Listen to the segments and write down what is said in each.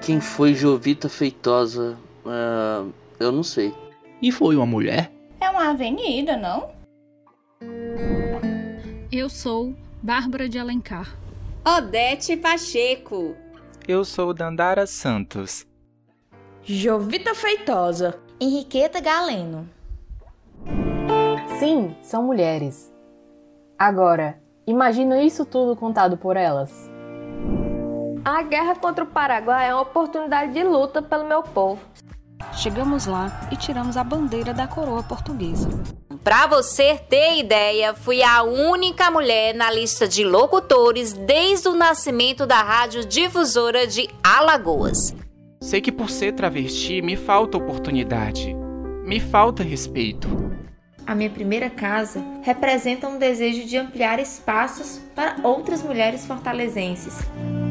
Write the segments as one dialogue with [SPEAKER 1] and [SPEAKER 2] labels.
[SPEAKER 1] Quem foi Jovita Feitosa? Ah, eu não sei.
[SPEAKER 2] E foi uma mulher?
[SPEAKER 3] É uma avenida, não?
[SPEAKER 4] Eu sou Bárbara de Alencar.
[SPEAKER 5] Odete Pacheco.
[SPEAKER 6] Eu sou Dandara Santos.
[SPEAKER 7] Jovita Feitosa.
[SPEAKER 8] Henriqueta Galeno.
[SPEAKER 9] Sim, são mulheres. Agora, imagina isso tudo contado por elas.
[SPEAKER 10] A guerra contra o Paraguai é uma oportunidade de luta pelo meu povo.
[SPEAKER 4] Chegamos lá e tiramos a bandeira da coroa portuguesa.
[SPEAKER 5] Para você ter ideia, fui a única mulher na lista de locutores desde o nascimento da Rádio Difusora de Alagoas.
[SPEAKER 6] Sei que por ser travesti me falta oportunidade. Me falta respeito.
[SPEAKER 11] A minha primeira casa representa um desejo de ampliar espaços para outras mulheres fortalezenses.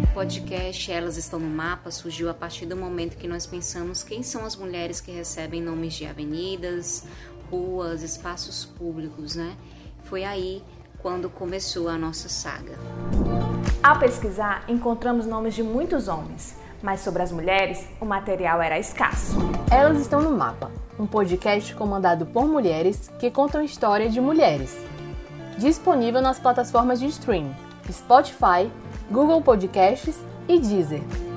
[SPEAKER 12] O podcast Elas Estão no Mapa surgiu a partir do momento que nós pensamos quem são as mulheres que recebem nomes de avenidas, ruas, espaços públicos, né? Foi aí quando começou a nossa saga.
[SPEAKER 13] Ao pesquisar, encontramos nomes de muitos homens, mas sobre as mulheres, o material era escasso.
[SPEAKER 9] Elas estão no mapa, um podcast comandado por mulheres que contam história de mulheres. Disponível nas plataformas de streaming Spotify, Google Podcasts e Deezer.